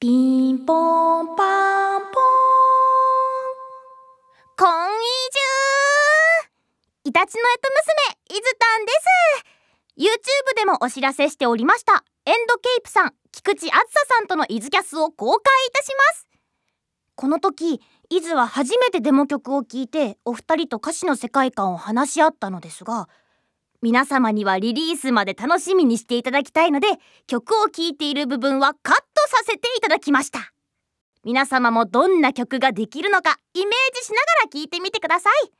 ピンポンパンポーン。こんにちはイタチのエット娘、イズタンです。YouTube でもお知らせしておりました、エンドケイプさん、菊池あずささんとのイズキャスを公開いたします。この時、イズは初めてデモ曲を聴いて、お二人と歌詞の世界観を話し合ったのですが、皆様にはリリースまで楽しみにしていただきたいので、曲を聴いている部分はカットさせていただきました。皆様もどんな曲ができるのかイメージしながら聴いてみてください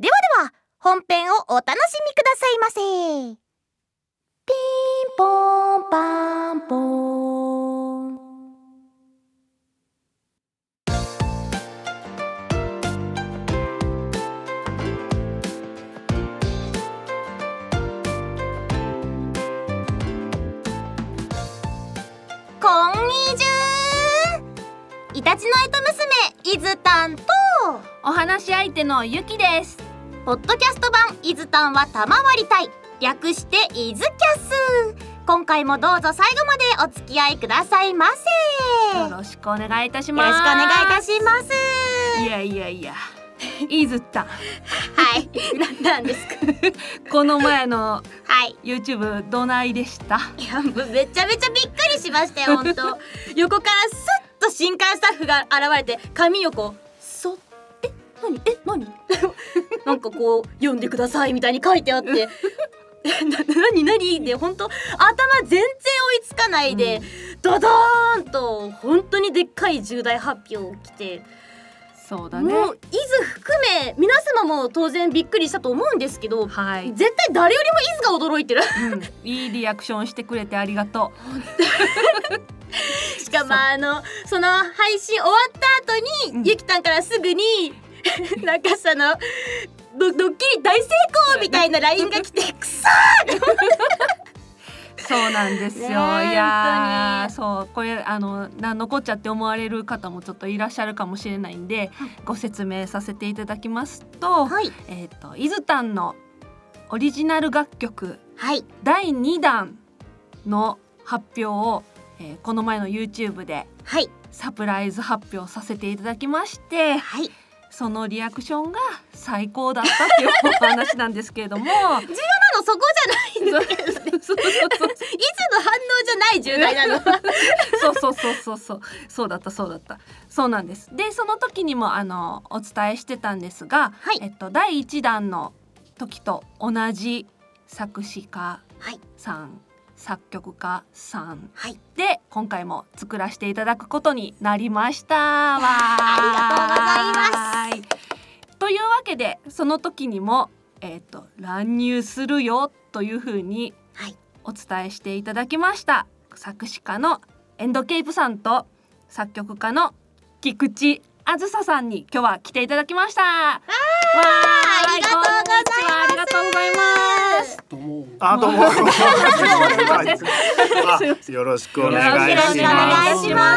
ではでは本編をお楽しみくださいませピンポンパンポーン。こんにちはイタチのえと娘イズタンとお話し相手のゆきですポッドキャスト版イズタンは賜りたい略してイズキャス今回もどうぞ最後までお付き合いくださいませよよろしくろしくお願いいたしおます願いいたししますいやいやいやいずったんはい、 ななんですかこの前のはい YouTube どないでしたいやもうめちゃめちゃびっくりしましたよ本当 横からスッと新刊スタッフが現れて髪をこうそえ何え何 なんかこう読んでくださいみたいに書いてあって えな何何で本当頭全然追いつかないで、ドドーンと本当にでっかい重大発表を来てそうだねもう伊豆含め皆様も当然びっくりしたと思うんですけどはい、うん、絶対誰よりも伊豆が驚いてるいいリアクションしてくれてありがとしかもあのその配信終わった後に、うんゆきたんからすぐに なんかそのドドッキリ大成功みたいな LINE が来てくそうそうなんですよいねえやー本そうこれあのな残っちゃって思われる方もちょっといらっしゃるかもしれないんで、ご説明させていただきますと、はいえっ、と伊豆たんのオリジナル楽曲はい第2弾の発表を、えーこの前の YouTube ではいサプライズ発表させていただきましてはいそのリアクションが最高だったっていうお話なんですけれどもなのそこじゃないのそうそう伊豆の反応じゃない重大な のそうそうそうそうそうそうそうだったそうだったそうなんですでその時にもあのお伝えしてたんですが、はいえっと、第1弾の時と同じ作詞家はいさん作曲家さんはいで今回も作らせていただくことになりましたわ ありがとうございますというわけでその時にもえっ、と乱入するよというふうにはいお伝えしていただきました作詞家のエンドケイプさんと作曲家の菊池あずささんに今日は来ていただきましたわーありがとうございますこんにちはありがとうございますどうも。あ、どう も。あよろしくお願いします。よろしくお願いしま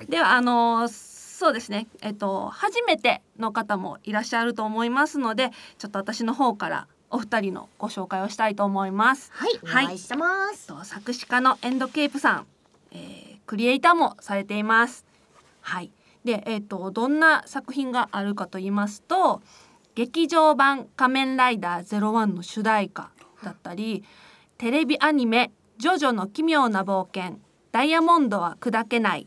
すではあのそうですねえっと初めての方もいらっしゃると思いますのでちょっと私の方からお二人のご紹介をしたいと思います。はいおはい願いしまえっすと作詞家のエンドケープさん、えークリエイターもされています。はい。で、えっ、とどんな作品があるかと言いますと、劇場版仮面ライダーゼロワンの主題歌だったり、テレビアニメジョジョの奇妙な冒険ダイヤモンドは砕けない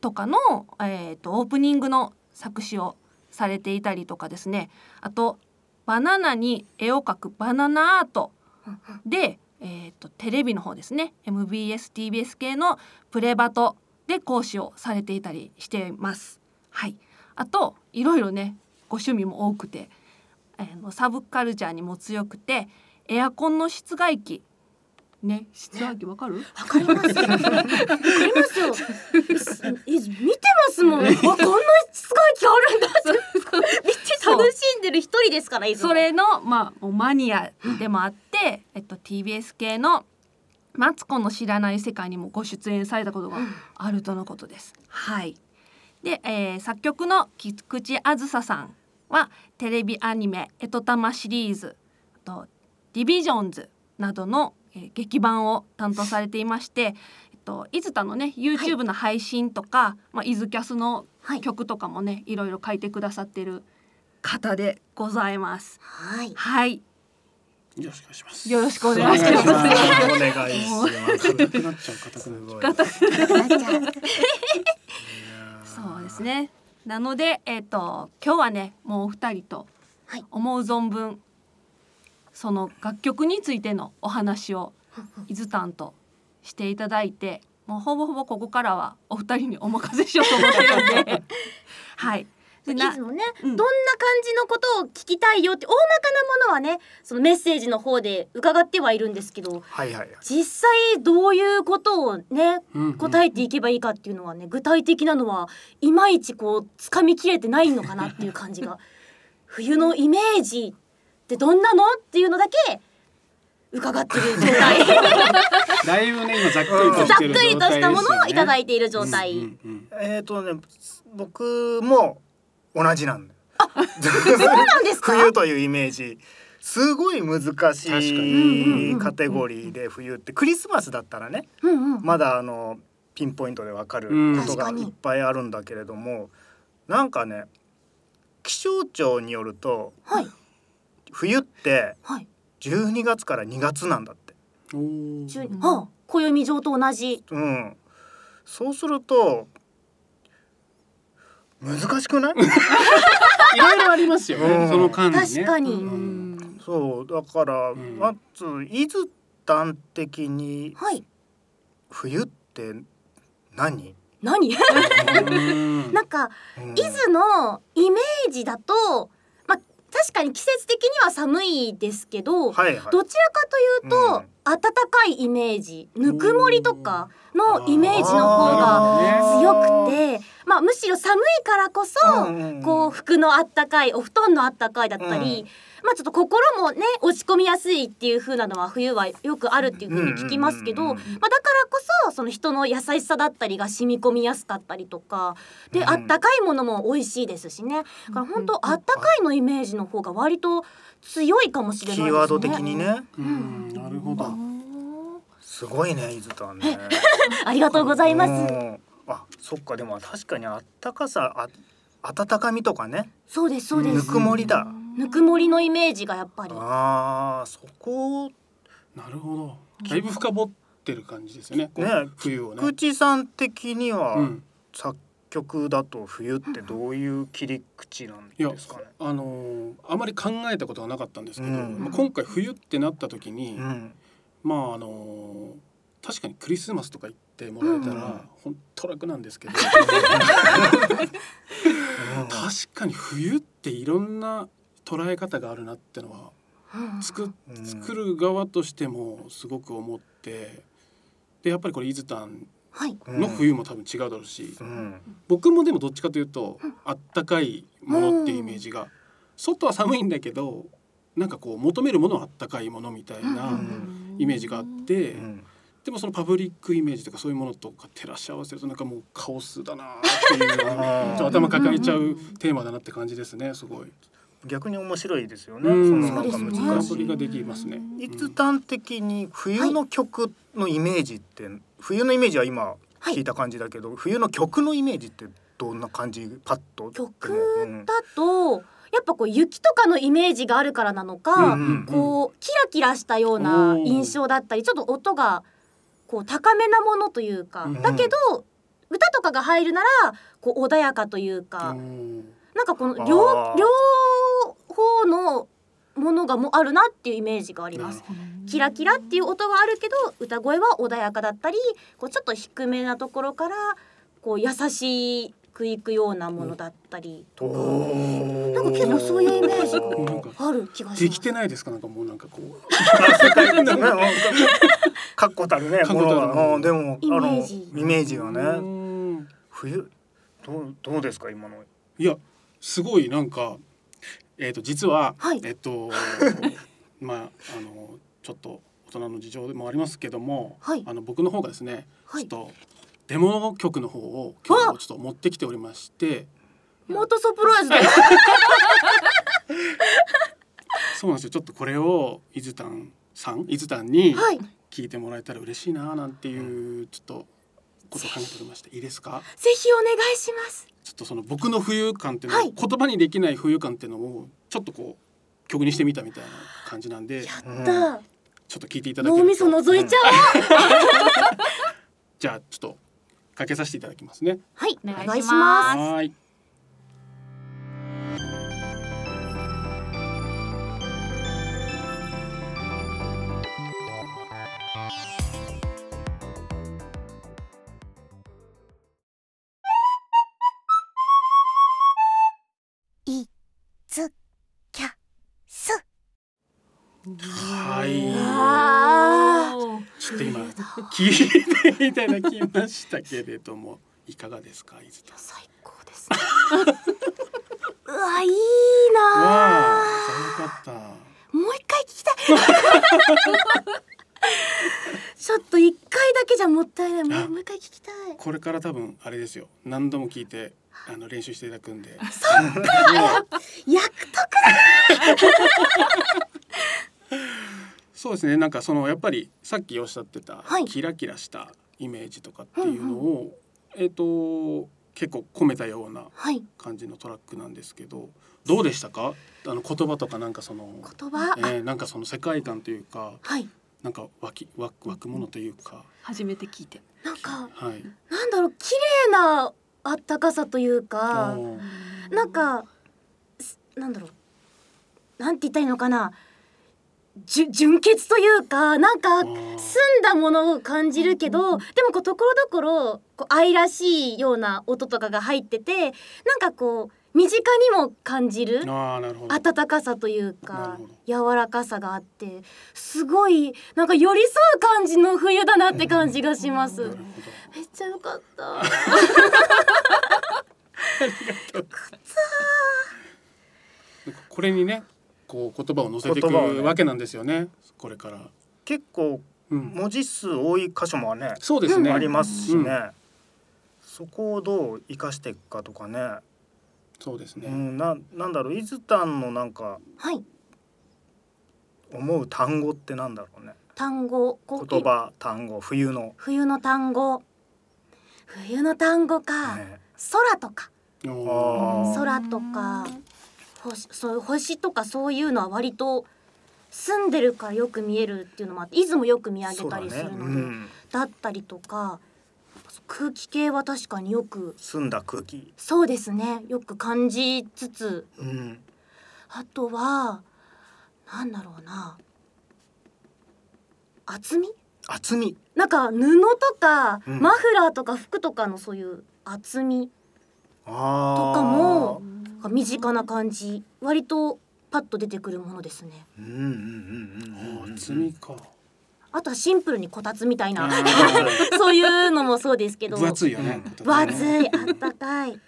とかのえっ、とオープニングの作詞をされていたりとかですね。あとバナナに絵を描くバナナアートで、えー、とテレビの方ですね MBSTBS 系のプレバトで講師をされていたりしています。はい、あといろいろねご趣味も多くて、あのサブカルチャーにも強くてエアコンの室外機ね室外機わかるわかりますわかりますよすえ見てますもんあこんな室外機あるんだって 見て楽しんでる一人ですから伊豆それの、まあ、もうマニアでもあって、えっと、TBS 系の「マツコの知らない世界」にもご出演されたことがあるとのことです。はい、で、えー作曲の菊池あずささんはテレビアニメ「えとたま」シリーズあと「ディビジョンズ」などの、えー劇版を担当されていまして、えっと伊豆田のね YouTube の配信とか、まあ伊豆キャスのはい曲とかもね、いろいろ書いてくださってる方でございます。はい。はい、よろしくお願いします。よろしくおお願いします。願いしもうます。硬くなっちゃう硬くすなっちゃうごい。そうですね。なので、えっ、と、今日はね、もうお二人とはい思う存分。その楽曲についてのお話を伊豆タンとしていただいて。もうほぼほぼここからはお二人にお任せしようと思ってるん で。はい。でいなつもね、うんどんな感じのことを聞きたいよって大まかなものはねそのメッセージの方で伺ってはいるんですけどはいはい。実際どういうことをねうんうん答えていけばいいかっていうのはね具体的なのはいまいちこう掴みきれてないのかなっていう感じが冬のイメージってどんなのっていうのだけ伺ってる状態だいぶね今ざっくりざとしってくる状態ですよねりとしたものをいただいている状態、うんうんうんえっとね、僕も同じなんだよ。なんですか冬というイメージ。すごい難確かしいカテゴリーで冬ってクリスマスだったらねうんうんまだあのピンポイントでわかることがいっぱいあるんだけれどもなんかね気象庁によるとはい冬ってはい12月から2月なんだって。おー中はあ暦上と同じうん、そうすると難し くないいろいろありますようねんその感じね確かに、うんそうだから、んまず伊豆端的にはい冬って何、何 うんなんかうん伊豆のイメージだとまあ確かに季節的には寒いですけど、はいはいどちらかというと、うん暖かいイメージぬくもりとかのイメージの方が強あーくてまあむしろ寒いからこそ、うんうんうんこう服のあったかいお布団のあったかいだったり、まあちょっと心もね落ち込みやすいっていう風なのは冬はよくあるっていう風に聞きますけど、うんうんうんうんまあだからこそその人の優しさだったりが染み込みやすかったりとかで、うんあったかいものも美味しいですしねだから本当あったかいのイメージの方が割と強いかもしれないですキね。ーワード的にねうんなるほどすごいね伊豆端ねありがとうございます。うんあそっかでも確かにあったかさあ温かみとかねそうですそうでぬす。くもりだ、ぬくもりのイメージがやっぱり。あーそこをなるほどだいぶ深掘ってる感じですよねこうね冬をね菊池さん的には、うん作曲だと冬ってどういう切り口なんいやですかね。あのーあまり考えたことはなかったんですけどうんまあ今回冬ってなった時にうん、まああのー確かにクリスマスとか言ってもらえたうんら本当楽なんですけ どう確かに冬っていろんな捉え方があるなってのは作うん作る側としてもすごく思ってでやっぱりこれ伊豆丹はい。んの冬も多分違うだろうし、うん、僕もでもどっちかというとあったかいものっていうイメージが、外は寒いんだけどなんかこう求めるものはあったかいものみたいうんなイメージがあって、うんでもそのパブリックイメージとかそういうものとか照らし合わせるとなんかもうカオスだなっていうちょ っと頭抱えちゃうテーマだなって感じですねすごい。逆に面白いですよね。うんそのなんかそうですね難深し掘い。りができますね。伊豆端的に冬の曲のイメージって、冬のイメージは今はい聞いた感じだけど、冬の曲のイメージってどんな感じパッと曲うんだとやっぱこう雪とかのイメージがあるからなのか、うんうんこうキラキラしたような印象だったりちょっと音がこう高めなものというか、うんだけど歌とかが入るならこう穏やかというか、うんなんかこのあ両ー両方のものがもあるなっていうイメージがあります。キラキラっていう音はあるけど歌声は穏やかだったりこうちょっと低めなところからこう優しくいくようなものだったりとか、なんか結構そういうイメージもうなんかある気がします。できてないですかなんかもうなんかこうかっこたるね確も固のたるはうんでもあのイメイージメージがうねん冬どうどうですか今のいやすごいなんかえっ、と実は、はいえっ、とまああのちょっと大人の事情でもありますけども、はいあの僕の方がですね、はいちょっとデモ曲の方を今日ちょっと持ってきておりましてモートソプライズでそうなんですよちょっとこれを伊豆丹さん伊豆丹にはい聞いてもらえたら嬉しいななんていうちょっとことを考えておりましていいですかぜひお願いしますちょっとその僕の浮遊感っていうのを、はい言葉にできない浮遊感っていうのをちょっとこう曲にしてみたみたいな感じなんでちうんだ、ょっと聞いていただけ脳るみそと覗いちゃじゃあちょっとかけさせていただきますね。はいおお願願いいししまますすはーいキャスはいあちょっと今聞いていただきましたけれどもいかがですか伊豆田さん。最高ですねうわいいなわあよかった。もう一回聞きたいちょっと一回だけじゃもったいないもうあもう一回聞きたいこれから多分あれですよ何度も聞いてあの練習していただくんで役得だそうですねなんかそのやっぱりさっきおっしゃってた、はいキラキラしたイメージとかっていうのを、えっ、と結構込めたようなはい感じのトラックなんですけどどうでしたかあの言葉とかなんかその、言葉、えーなんかその世界観というかはいなんか湧き湧く湧くものというか、初めて聞いてなんかはい、なんだろう綺麗なあったかさというかおーなんかすなんだろうなんて言ったらいいのかなじゅ純潔というかなんかあー澄んだものを感じるけどでもこうところどころこう愛らしいような音とかが入っててなんかこう身近にも感じるあーなるほど温かさというなかるほど柔らかさがあってすごいなんか寄り添う感じの冬だなって感じがします。なるほどめっちゃ良かった。なんかこれにねこう言葉を載せていく言葉をねわけなんですよねこれから。結構うん、文字数多い箇所もねそうですね、ありますしね、うんそこをどう生かしていくかとかね、そうですね、うん、ななんだろう伊豆丹のなんかはい、思う単語ってなんだろうね単語、こう言。葉単語冬の、冬の単語。冬の単語か、ね、空とか、おーあー空とか。星、そういう星とか、そういうのは割と。住んでるからよく見えるっていうのもあって、伊豆もよく見上げそうただりすね、るうので、だん、ったりとか。空気系は確かによく、澄んだ空気、そうですね、よく感じつつ、うん、あとは。なんだろうな。厚み。厚みなんか布とかうんマフラーとか服とかのそういう厚みととかもが身近な感じ割とパッと出てくるものですねうんうんうんうんうんうん厚みか。あとはシンプルにこたつみたいあな ーそういうのもそうですけど分厚いよね。分厚いあったかい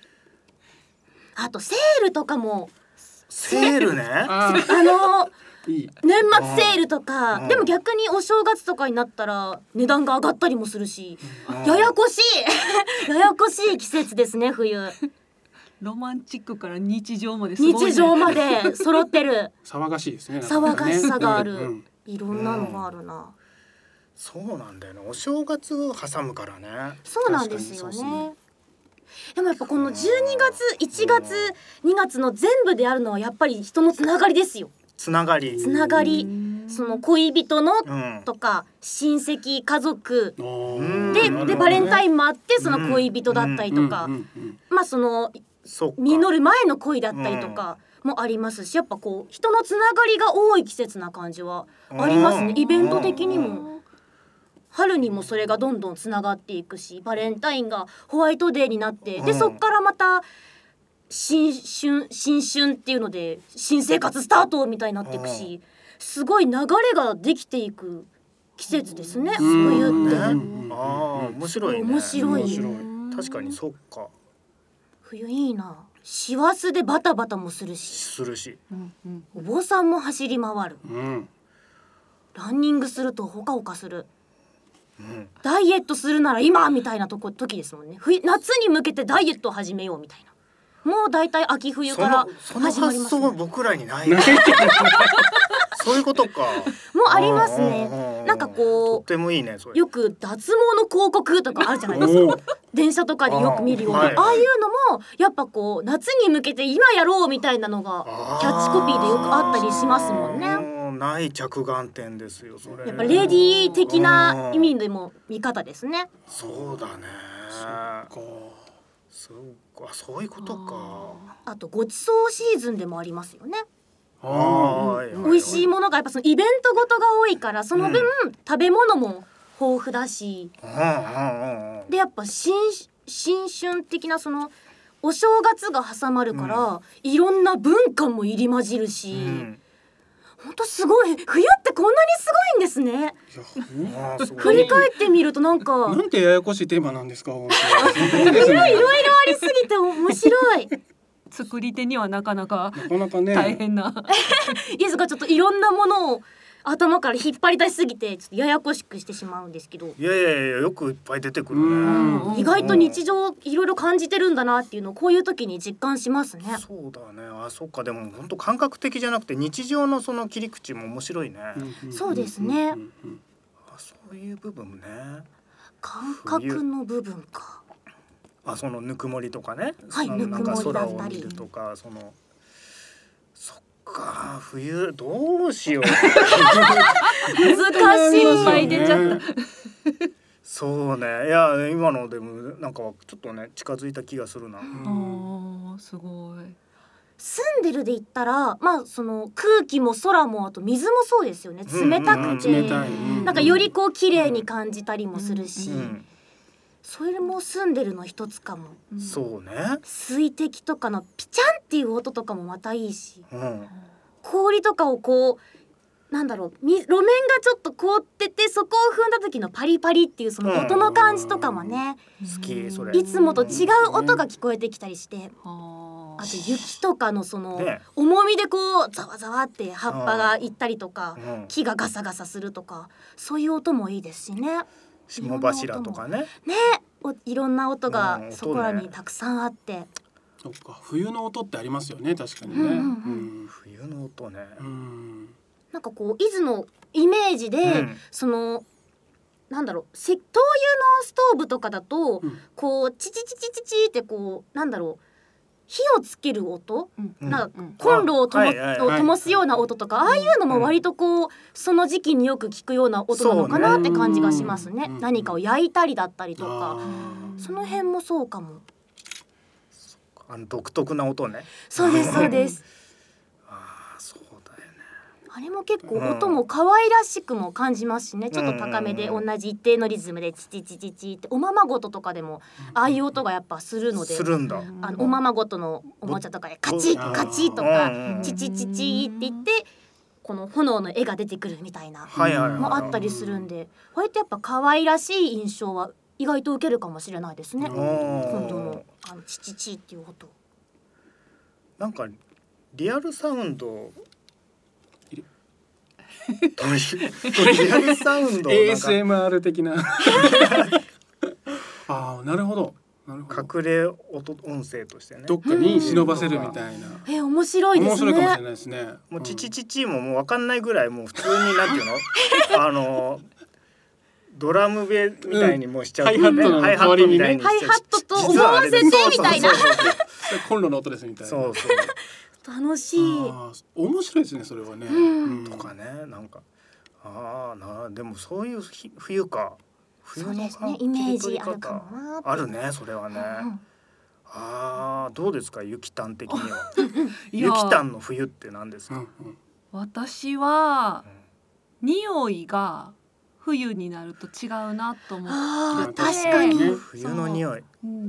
あとセールとかもセールねああのーいい。年末セールとかうんでも逆にお正月とかになったら値段が上がったりもするしややこしい ややこしい季節ですね冬。ロマンチックから日常まですごい、ね、日常まで揃ってる騒がしいです ね。騒がしさがあなんかる。ねいろんなのがあるなそうなんだよねお正月を挟むからねそうなんですよ確かにそうねでもやっぱこの12月1月2月の全部であるのはやっぱり人のつながりですよつながりつながりその恋人のうんとか親戚家族うんでうんでバレンタイインもあってその恋人だったりとかまあそのそっか実る前の恋だったりとかもありますしやっぱこう人のつながりが多い季節な感じはありますねうんイベント的にも春にもそれがどんどんつながっていくしバレンタインがホワイトデーになってうでんそっからまた新春新春っていうので新生活スタートみたいになっていくしすごい流れができていく季節ですね冬うんってねああ面白いね面白い面白い。確かにそっか冬いいな師走でバタバタもするしするしお坊さんも走り回るうん。ランニングするとほかほかするうんダイエットするなら今みたいなとこ時ですもんね冬夏に向けてダイエットを始めようみたいなもうだいたい秋冬そからのその始まり発ます想ね僕らにないない そういうことか。もありますね。ねなんかとっこてもいいねそれ。うよく脱毛の広告とかあるじゃないですか。おー電車とかでよく見るようなあーはいああいうのもやっぱこう夏に向けて今やろうみたいなのがあーキャッチコピーでよくあったりしますもんねうんない着眼点ですよそれ。やっぱレディー的な意味でも見方ですねそうだね。こそうかそういうことか。あとごちそうシーズンでもありますよねうああー美味しい。ものがやっぱそのイベントごとが多いからその分、う食べ物も豊富だしはいうんうんうんうん。でやっぱ新新春的なそのお正月が挟まるから、いろんな文化も入り混じるし、うんほんとすごい冬ってこんなにすごいんですねーいやあーすご振いり返ってみるとなんかなんてややこしいテーマなんです か。本当にすごいでいすねろいろありすぎて面白い 作り手にはなかなかなかなかね。大変な。いずかちょっといろんなものを頭から引っ張り出しすぎてちょっとややこしくしてしまうんですけどいやいやいやよくいっぱい出てくるうんね。う意外と日常いろいろ感じてるんだなっていうのをこういう時に実感しますねそうだね。あそっかでも本当感覚的じゃなくて日常のその切り口も面白いね。んそうですね。んうんあそういう部分ね。感覚の部分かあそのぬくもりとかね。はいそのなんかぬくもりだ空ったりを見るとかその。そっか冬ど うしよう。難しいうんぱい出ちゃった。そうねいや今のでもなんかちょっとね近づいた気がするな。ああすごい。住んでるで言ったらまあその空気も空もあと水もそうですよね冷たくて、うん冷たい。うなんかよりこう綺麗に感じたりもするし、うん、それも住んでるの一つかもそうね。水滴とかのピチャンっていう音とかもまたいいしうん。氷とかをこうなんだろうみ路面がちょっと凍っててそこを踏んだ時のパリパリっていうその音の感じとかもね好きそれ。いつもと違う音が聞こえてきたりしてああと雪とかのそのね重みでこうざわざわって葉っぱがいったりとかうん木がガサガサするとかそういう音もいいですしね。霜柱とかね。ねおいろんな音うがんそこら音ねにたくさんあって、そっか冬の音ってありますよね確かにね。うんう冬の音ね。うんなんかこう伊豆のイメージで、うんそのなんだろうせ灯油のストーブとかだと、うんこうチチチチチチってこうなんだろう火をつける音、うんなんかうんコンロをとも、あはいはいをはい灯すような音とか、ああいうのも割とこうその時期によく聞くような音なのかなって感じがしますねそうね何かを焼いたりだったりとかあーその辺もそうかもあの独特な音ね。そうですそうですああそうだよね。あれも結構うん音も可愛らしくも感じますしね、ちょっと高めでうんう同んじ一定のリズムでチチチチチっておままごととかでもああいう音がやっぱするのでするんだ。あのおままごとのおもちゃとかでカチッカチッとうんうんうかんチチチチって言ってこの炎の絵が出てくるみたいなはいはいはい。もあったりするんで割とやっぱ可愛らしい印象は意外と受けるかもしれないですねう今ん度おのあのチチチっていう音なんかリアルサウンド。 リアルサウンドをなんか ASMR 的な。ああなるほどなるほど。隠れ音音声としてね。どっかに忍ばせるみたいな。え面白いで面す白いかもしれねないですね。もうチんチチチももう分かんないぐらいもう普通になんていう のあのドラムベみたいにもうしちゃううんハイハットの代わりにねハイハットみたいにしちゃうハイハットと実はあれだ思わせてみたいなそうそうそうコンロの音ですみたいな。そうそうそう楽しいあー面白いですねそれはね。うんとかねなんかああなでもそういうひ冬か冬そうのですねかイメー切り取ジりあ方るかもなってあるねそれはね、ああどうですかゆきたん的にはいやゆきたんの冬って何ですうんか、うん私はうん匂いが冬になると違うなと思っあうーん確かに、ね冬の匂いて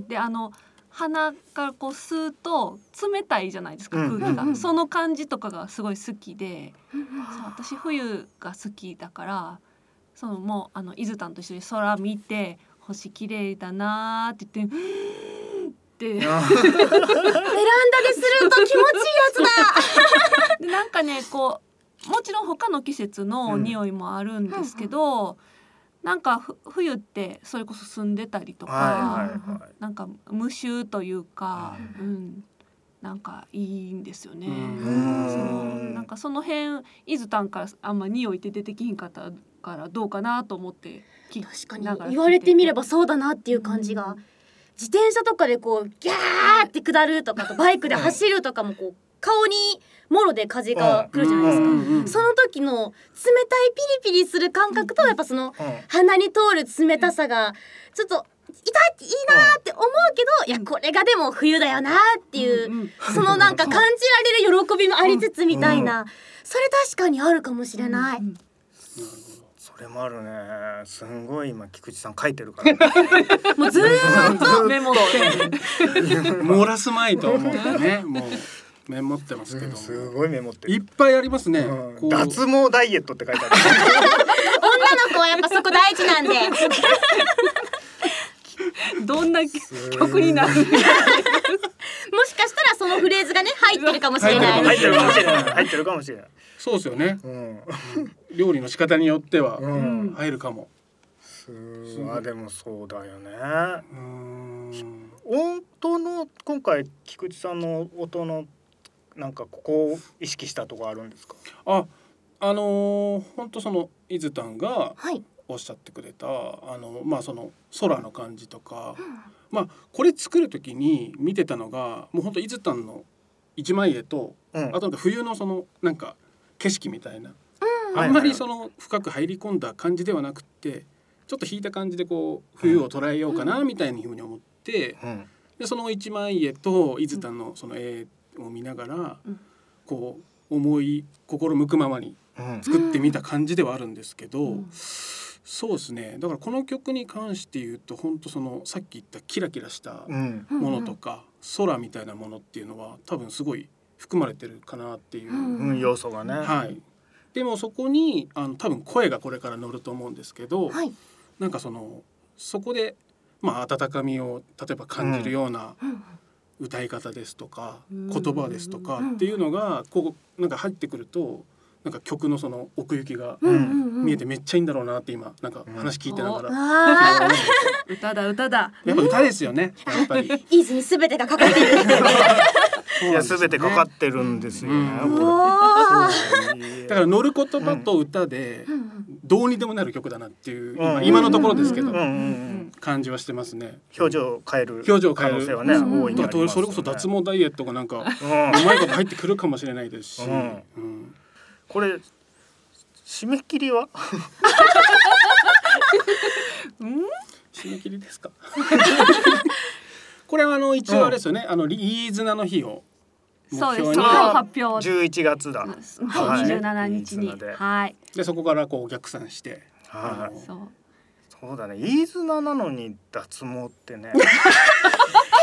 であの鼻からこう吸うと冷たいじゃないですかうん空気が、うんうんその感じとかがすごい好きで、そう私冬が好きだからそのもうあの伊豆丹と一緒に空見て星綺麗だなーって言ってうーんってベランダですると気持ちいいやでなんかねこうもちろん他の季節の匂いもあるんですけど、なんかふ冬ってそれこそ住んでたりとか、はいはいはいなんか無臭というか、うんなんかいいんですよね。うんそのなんかその辺伊豆タンからあんま匂いって出てきひんかったからどうかなと思って聞確かきながら聞いに言われてみればてそうだなっていう感じが自転車とかでこうギャーって下るとかとバイクで走るとかもこう顔にもろで風が来るじゃないですか。うんその時の冷たいピリピリする感覚とやっぱそのうん鼻に通る冷たさがちょっと痛いっていいなーって思うけどいやこれがでも冬だよなーっていううんうん そのなんか感じられる喜びもありつつみたいなそれ確かにあるかもしれないうんそれもあるねすんごい今菊池さん書いてるから、 ね、もうずーっとメモして漏らすまいと思ってねもうメモってますけどすごいメモっていっる、ぱいありますねうこん、う脱毛ダイエットって書いてある女の子はやっぱそこ大事 なんでどんな曲になるもしかしたらそのフレーズがね入ってるかもしれな入い入ってるかもしれない入ってるかもしれないそうですよねうん、料理の仕方によってはうん、入るかもすーあでもそうだよねうーん音頭の今回菊池さんの音のなんかここを意識したとこあるんですかああのー、ほんとその伊豆たんがはいおっしゃってくれたあのまあその空の感じとか、まあこれ作る時に見てたのがもうほんと伊豆たんの一枚絵と、うんあとなんか冬のそのなんか景色みたいな、はいあんまりその深く入り込んだ感じではなくてちょっと引いた感じでこう冬を捉えようかなみたいなふうに思って。うんでその一枚絵と伊豆丹のその絵を見ながら、うんこう思い心向くままにうん作ってみた感じではあるんですけど、うんそうですねだからこの曲に関して言うと本当そのさっき言ったキラキラしたうんものとか、空みたいなものっていうのは多分すごい含まれてるかなっていう、うん要素がね、はい。でもそこにあの多分声がこれから乗ると思うんですけど、はいなんかそのそこで、まあ、温かみを例えば感じるような歌い方ですとか、うん言葉ですとかっていうのがこうなんか入ってくるとなんか曲のその奥行きがうん見えてめっちゃいいんだろうなって今なんか話聞いてながら、わあ歌だ歌だやっぱ歌ですよねやっぱり。イーズに全てがかかっているそういなんやですよね全てかかってるんですよね、うんこれおーそうだから乗る言葉と歌でどうにでもなる曲だなっていう、今今のところですけど、うんうんうん感じはしてますね。表情を変える表情を変える可能性はね、うん大いにあだりかまらすそれこそ脱毛ダイエットがなんか毛、ううんまいこと入ってくるかもしれないですし、うんうんこれ締め切りは締め切りですか これはあの一応あれですよね、あのリーズナの日を目そうです標そにの発表11月だはいい27日にいつまではいでそこからこう逆算して、はあのいそうそうだね飯綱なのに脱毛ってね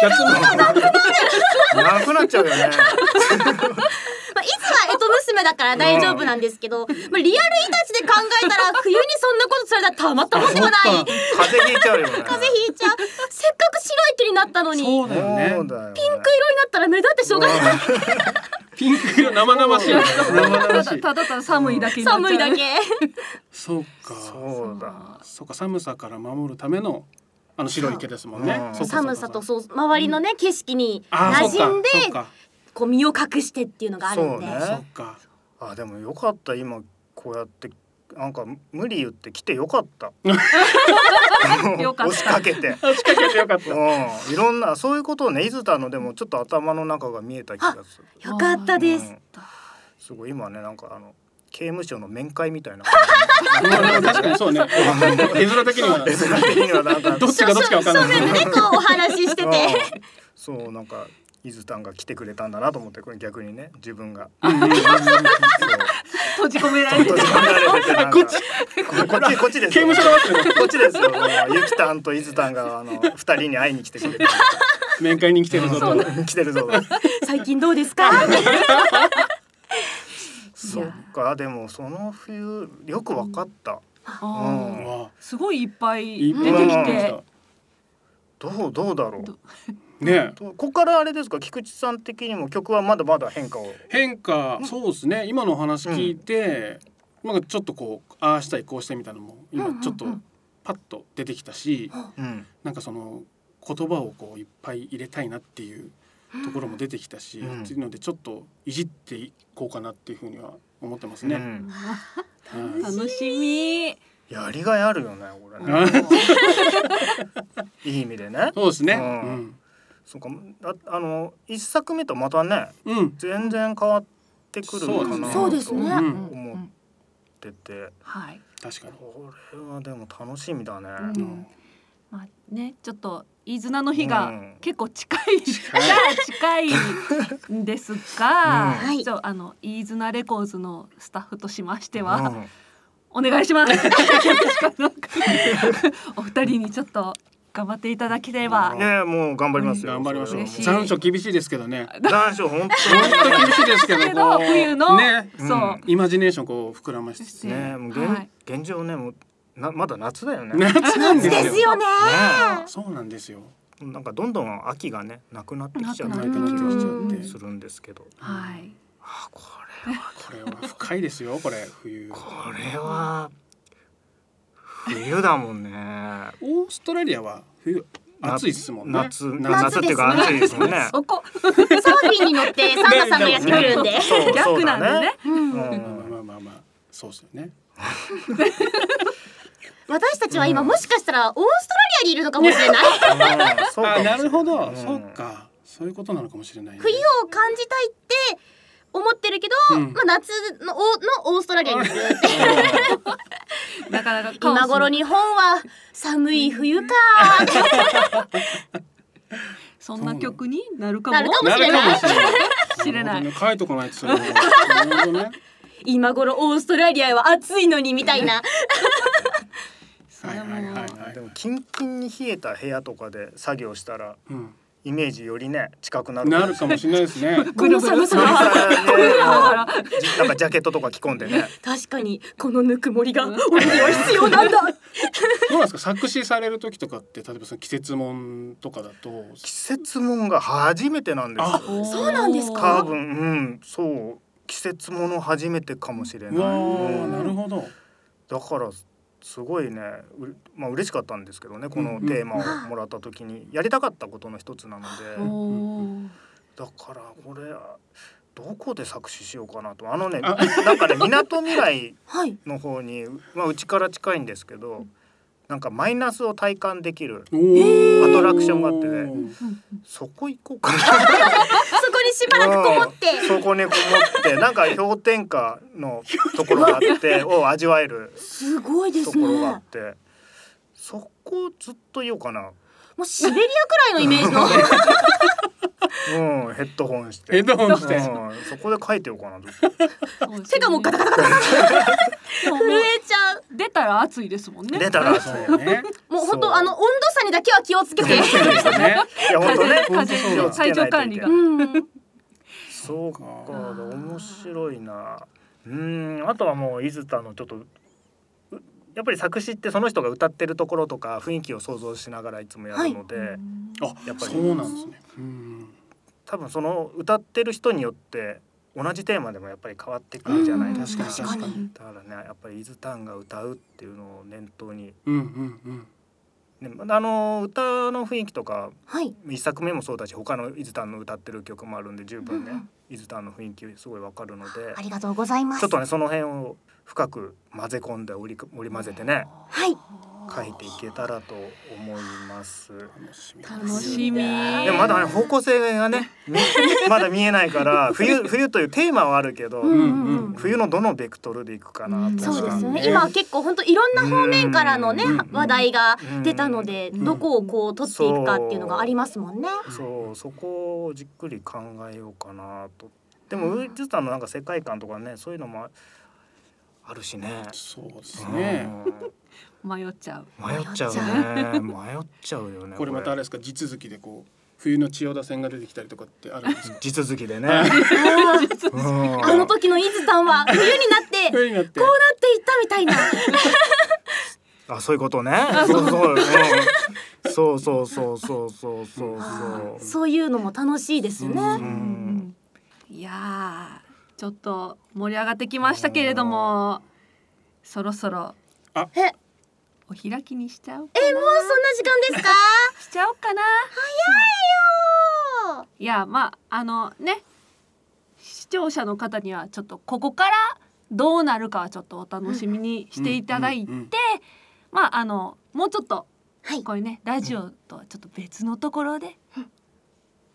脱なくなっちゃう よねまあ、いつは江戸娘だから大丈夫なんですけど、まあ、リアルイタチで考えたら冬にそんなことされたらたまったもんではないそっか風邪ひいちゃうよね風邪ひいちゃうせっかく白い毛になったのにそうピンクだよそねうだよね色になったら目立ってしょうがないピンク色生々しい生々しいただただ寒いだけになっちゃう寒いだけそうかそうだそうか寒さから守るためのあの白い毛ですもんねうんそうか寒さとそうかそう周りのね景色にあー馴そ染んうでかそうかこう身を隠してっていうのがあるんで、そうねそうかあでもよかった今こうやってなんか無理言って来てよかったよかっ 押しかた けて仕掛けてよかったうんいろんなそういうことをね伊豆田のでもちょっと頭の中が見えた気がするよかったです、うんすごい今ねなんかあの刑務所の面会みたいな感じまあでも確かに そうね絵面的には 絵面的にはなんかどっちがどっちかわかんない正面でねこうお話ししててうんそうなんか伊豆丹が来てくれたんだなと思ってこれ逆にね自分がそう閉じ込められて閉じ込められててなんかこっちこっちです刑務所のが待ってるこっちですよゆきたんと伊豆丹があの二人に会いに来てくれて面会に来てるぞと来てるぞ最近どうですかそっかでもその冬よくわかったあーわあすごいいっぱいいっ出ぱいて出きてきてまどうどうだろうどしたねとここからあれですか菊池さん的にも曲はまだまだ変化を変化そうですね今のお話聞いて、なんかちょっとこうああしたいこうしたいみたいなのも今ちょっとパッと出てきたし、うんなんかその言葉をこういっぱい入れたいなっていうところも出てきたし、うんっていうのでちょっといじっていこうかなっていうふうには思ってますうね。んはい楽しみやりがいあるよねこれねいい意味でね そうですね。ううんん、そうかああの一作目とまたねうん、全然変わってくるかなとそうですね思ううんん、うんうんっててはい、確かに。これはでも楽しみだね。うんまあねちょっと飯綱の日がうん結構近いじゃあ近いんですが、うんはいちょっとあの飯綱レコーズのスタッフとしましてでは、お願いします。 お二人にちょっと頑張っていただければ。ねえもう頑張りますよ。頑張りましょう。嬉しい残暑厳しいですけど ね。残暑本本当厳しいですけど、こう冬のね、そうう、んイマジネーションこう膨らまし当てにね、もう現,、はい現状ね、もうなまだ夏だよね。ね夏なんですですよね。そうなんですよ。えなんかどんどん秋がねなくなってきちゃっなたくりなってきちゃってするんですけど、はい。あこれはこれは深いですよ。これ冬。これは冬だもんね。オーストラリアは冬暑いですもんね。夏夏っていうか夏暑いですもん ね。そこサーフィンに乗ってサンタさんがやってくるんで。そう逆なんでね。。うそうだんまあまねあまあまあ、そうですよね。私たちは今もしかしたらオーストラリアにいるのかもしれない。うんそうかあ、もしれいなるほど、んそうか、そういうことなのかもしれない、ね。冬を感じたいって思ってるけど、うんまあ夏のおのオーストラリアにいる。 なかなかカオス今頃日本は寒い冬かそんな曲になるかも。なるかもなしれるなかもいしれない。知れないるほどね書いとかないとそれは。なるほどね。今頃オーストラリアは暑いのにみたいなそはいれはいも、はいははい。でもキンキンに冷えた部屋とかで作業したらうん。イメージよりね近くなるなるかもしれないですね。この寒さそれかがらねじなんかジャケットとか着込んで ね確かにこのぬくもりが俺には必要なんだどうなんですか、作詞される時とかって、例えばその季節もんとかだと。季節もんが初めてなんですあよそうなんですか多分うんそう季節もの初めてかもしれない、うわー、なるうんほど。だからすごいねうまあ嬉しかったんですけどねこのテーマをもらった時にやりたかったことの一つなので、おお。だからこれどこで作詞しようかなとあのねあなんかねみなとみらい はいの方にまあうちから近いんですけどなんかマイナスを体感できるおーアトラクションがあってねそこ行こう かなそこにしばらくこもってそこにこもってなんか氷点下のところがあってを味わえるすごいでとすこねろがあってそこをずっといようかなもうシベリアくらいのイメージのうんヘッドホンしてヘッドホンしてうんそこで書いてようかなずっと手がもうガタガタガタガタ震えちゃう出たら暑いですもんね。出たらそそううよね。もう本そう当あの温度差にだけは気をつけてそうですね。いや本当ね 風風気をつけないといけない体調管理がうんそうかあー面白いなうーんあとはもう伊豆田のちょっとうやっぱり作詞ってその人が歌ってるところとか雰囲気を想像しながらいつもやるので、あ、やっぱりそうなんですね。うん。多分その歌ってる人によって同じテーマでもやっぱり変わってくるじゃないです確かか。に、確かに。だからねやっぱり伊豆タンが歌うっていうのを念頭に、うん、うん、うん。ね、あの歌の雰囲気とかはい一作目もそうだし他の伊豆タンの歌ってる曲もあるんで十分ね、伊豆タンの雰囲気すごいわかるのでありがとうございますちょっとねその辺を深く混ぜ込んで織り織り混ぜてねはい書いていけたらと思います。楽しみ。楽しみ。でもまだね方向性がね みまだ見えないから冬冬というテーマはあるけど、うんうん冬のどのベクトルでいくかなとか、そうですよねね今結構本当いろんな方面からのねうんうん話題が出たのでうんどこをこう取っていくかっていうのがありますもんねそうそこをじっくり考えようかなとでもウイズタのなんか世界観とかねそういうのもああるしね。そうですね。迷っちゃう。うん迷っち ゃうね迷っちゃうよねこれまたあれですか地続きでこう冬の千代田線が出てきたりとかってあるん ですか地続きでね。うんあの時の伊豆さんは冬になってこうなって冬になっいてったみたいなあそういうことね。そうそううんそうそうそうそうそうそうそう。そういうのも楽しいですようねんいやーちょっと盛り上がってきましたけれどもそろそろあえお開きにしちゃうえもうそんな時間ですかしちゃおうかな早いよいやまああのね視聴者の方にはちょっとここからどうなるかはちょっとお楽しみにしていただいて、うんうんうんまああのもうちょっと、はいこういうねラジオとはちょっと別のところで、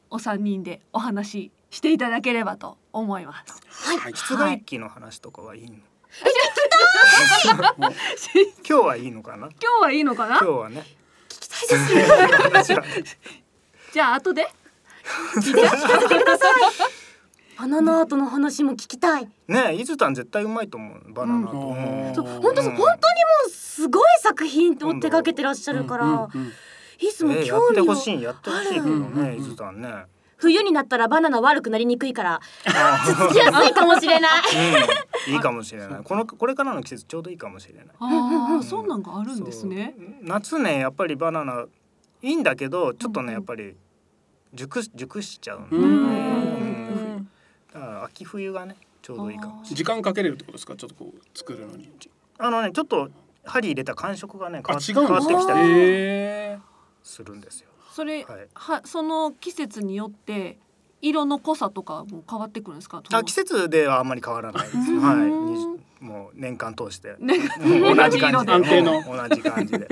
お三人でお話ししていただければと思います。はい室外機の話とかはいいの。もう 今日はいいのか今な。日はいいのかな今日はね。じゃあ後でバナナアートの話も聞きたい。ねえ、伊豆たん絶対うまいと思う。バナナと。うんそううん本当そう本当にうんもうすごい作品を手掛けてらっしゃるから、うんうんいつうんもねえや興って味を、ほしい、やってほしいけどあね、る伊豆たんね。冬になったらバナナ悪くなりにくいからつきやすいかもしれない。うんいいかもしれない。この、これからの季節ちょうどいいかもしれない。ああそんなんがあるんですね。そう。夏ね、やっぱりバナナ。いいんだけど、ちょっとね、やっぱり。熟し、熟しちゃうのね。うんだから秋冬がね、ちょうどいいかも。時間かけれるってことですかちょっとこう作るのにあのね、ちょっと。針入れた感触がね、変あわっ違変うわのってきたりへするんですよ。それ、ははい。その季節によって色の濃さとかも変わってくるんですか。あ季節ではあんまり変わらないです。んはい、にもう年間通してねうん同じ感じで、安定のうん同じ感じで。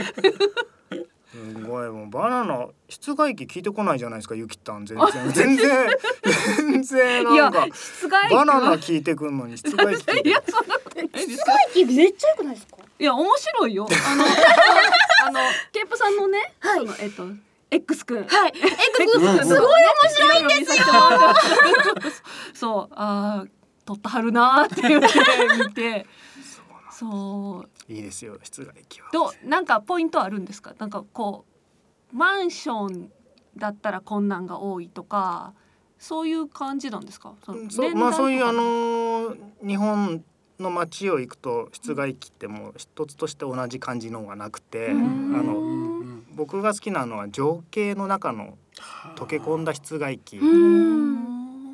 すごいもうバナナ室外機聞いてこないじゃないですかゆきたん全然全然全然いなやんか室外機バナナは聞いてくんのに室外機聞いいてやそんなことないですよ。めっちゃ良くないですか。いや面白 いよ。あのあのケープさんのね、はいそのえっと X 君。はい。え、くうんうんすごい。白いんです よ。そうあー撮ったはるなーって言って見て。そういいですよ室外機は。どうなんかポイントあるんですかなんかこうマンションだったら困難が多いとかそういう感じなんですかそのそう連まあ弾そういうとあかのー日本の街を行くと室外機ってもう一つとして同じ感じのがなくて、うあんのうんうん僕が好きなのは情景の中の溶け込んだ室外機うん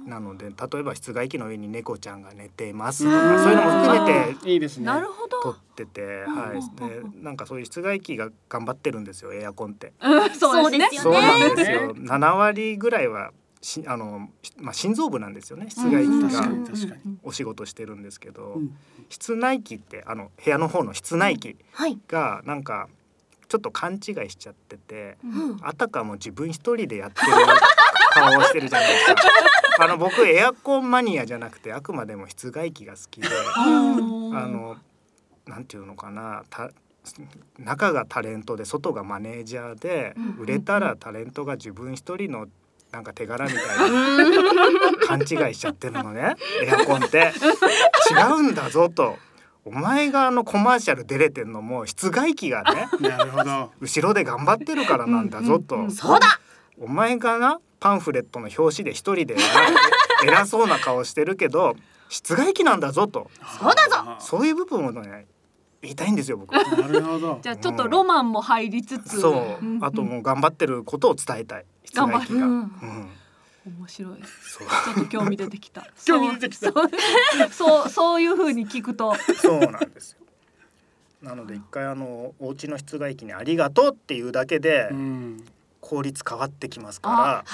なので例えば室外機の上に猫ちゃんが寝てますとかそういうのも含めていいですねなるほ撮っどてて、んはい、でなんかそういう室外機が頑張ってるんですよエアコンって。うん そうですねそうそうですよねなんですよ7割ぐらいはしあの、しまあ、心臓部なんですよね室外確機かがに確かにお仕事してるんですけど、うん室内機ってあの部屋の方の室内機はい。がなんかちょっと勘違いしちゃってて。うん。あたかも自分一人でやってる顔をしてるじゃないですか。あの僕エアコンマニアじゃなくてあくまでも室外機が好きで、あののなんていうのかな、た中がタレントで外がマネージャーで、売れたらタレントが自分一人のなんか手柄みたいな勘違いしちゃってるのね。エアコンって違うんだぞと。お前があのコマーシャル出れてんのも室外機がねなるほど後ろで頑張ってるからなんだぞと、そうだ。お前がなパンフレットの表紙で一人でな偉そうな顔してるけど室外機なんだぞとそうだそういう部分をね言いたいんですよ僕 なるほどじゃあちょっとロマンも入りつつそう、んあともう頑張ってることを伝えたい室外機が、頑うん面白いちそょうっと興味出てきた興味出てきたそうそうそういう風に聞くと そうなんですよなので一回あのお家の室外機にありがとうっていうだけでうん効率変わってきますか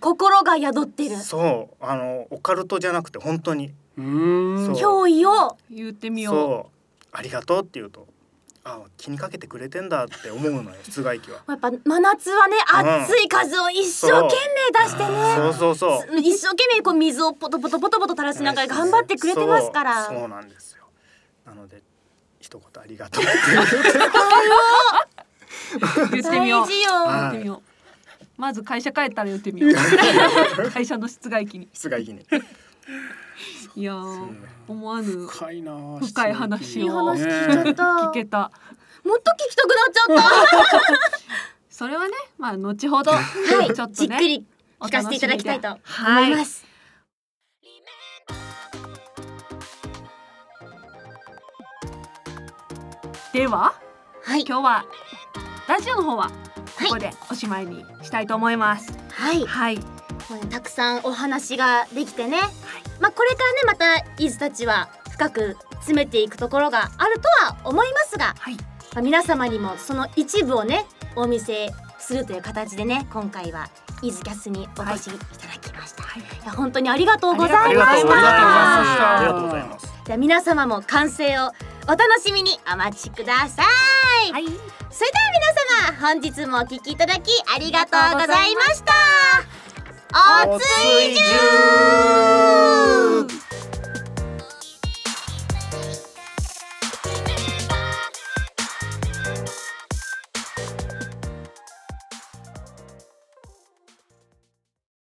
心が宿ってるら。そうあのオカルトじゃなくて本当にうんそう脅威を。言ってみよそうありがとうって言うとあ気にかけてくれてんだって思うのよ室外機 は。やっぱ真夏はね、うん暑い風を一生懸命出してね。そうそうそう。一生懸命こう水をポトポトポトポト垂らしながら頑張ってくれてますから。そうそうなんですよ。なので一言ありがとうって言って。う言ってみよう大事よ。はやいってみよう。まず会社帰ったらやってみよう。会社の室外機に。室外機に。いやー、思わぬ深いなあ深い話いいを話聞いちゃった。 聞けた。もっと聞きたくなっちゃっそれはね、まあ後ほど、た。はい、ちょっじとっねく、り聞かせていただきたいと思いはいま。す。では、はい、今日はラジオの方はここでおしまいにしたいと思います。はい、もはい。うねたくさんお話ができてね。まあ、これからね、また伊豆たちは深く詰めていくところがあるとは思いますが。はい。まあ、皆様にもその一部をねお見せするという形でね今回はイズキャスにお越しいただきました、い、や本当にありがとうござあいりまがとうしございまたした。ありがとうございます。じゃあ皆様も完成をお楽しみにお待ちください、はいそれでは皆様本日もお聞きいただきありがとうございましたおついじゅー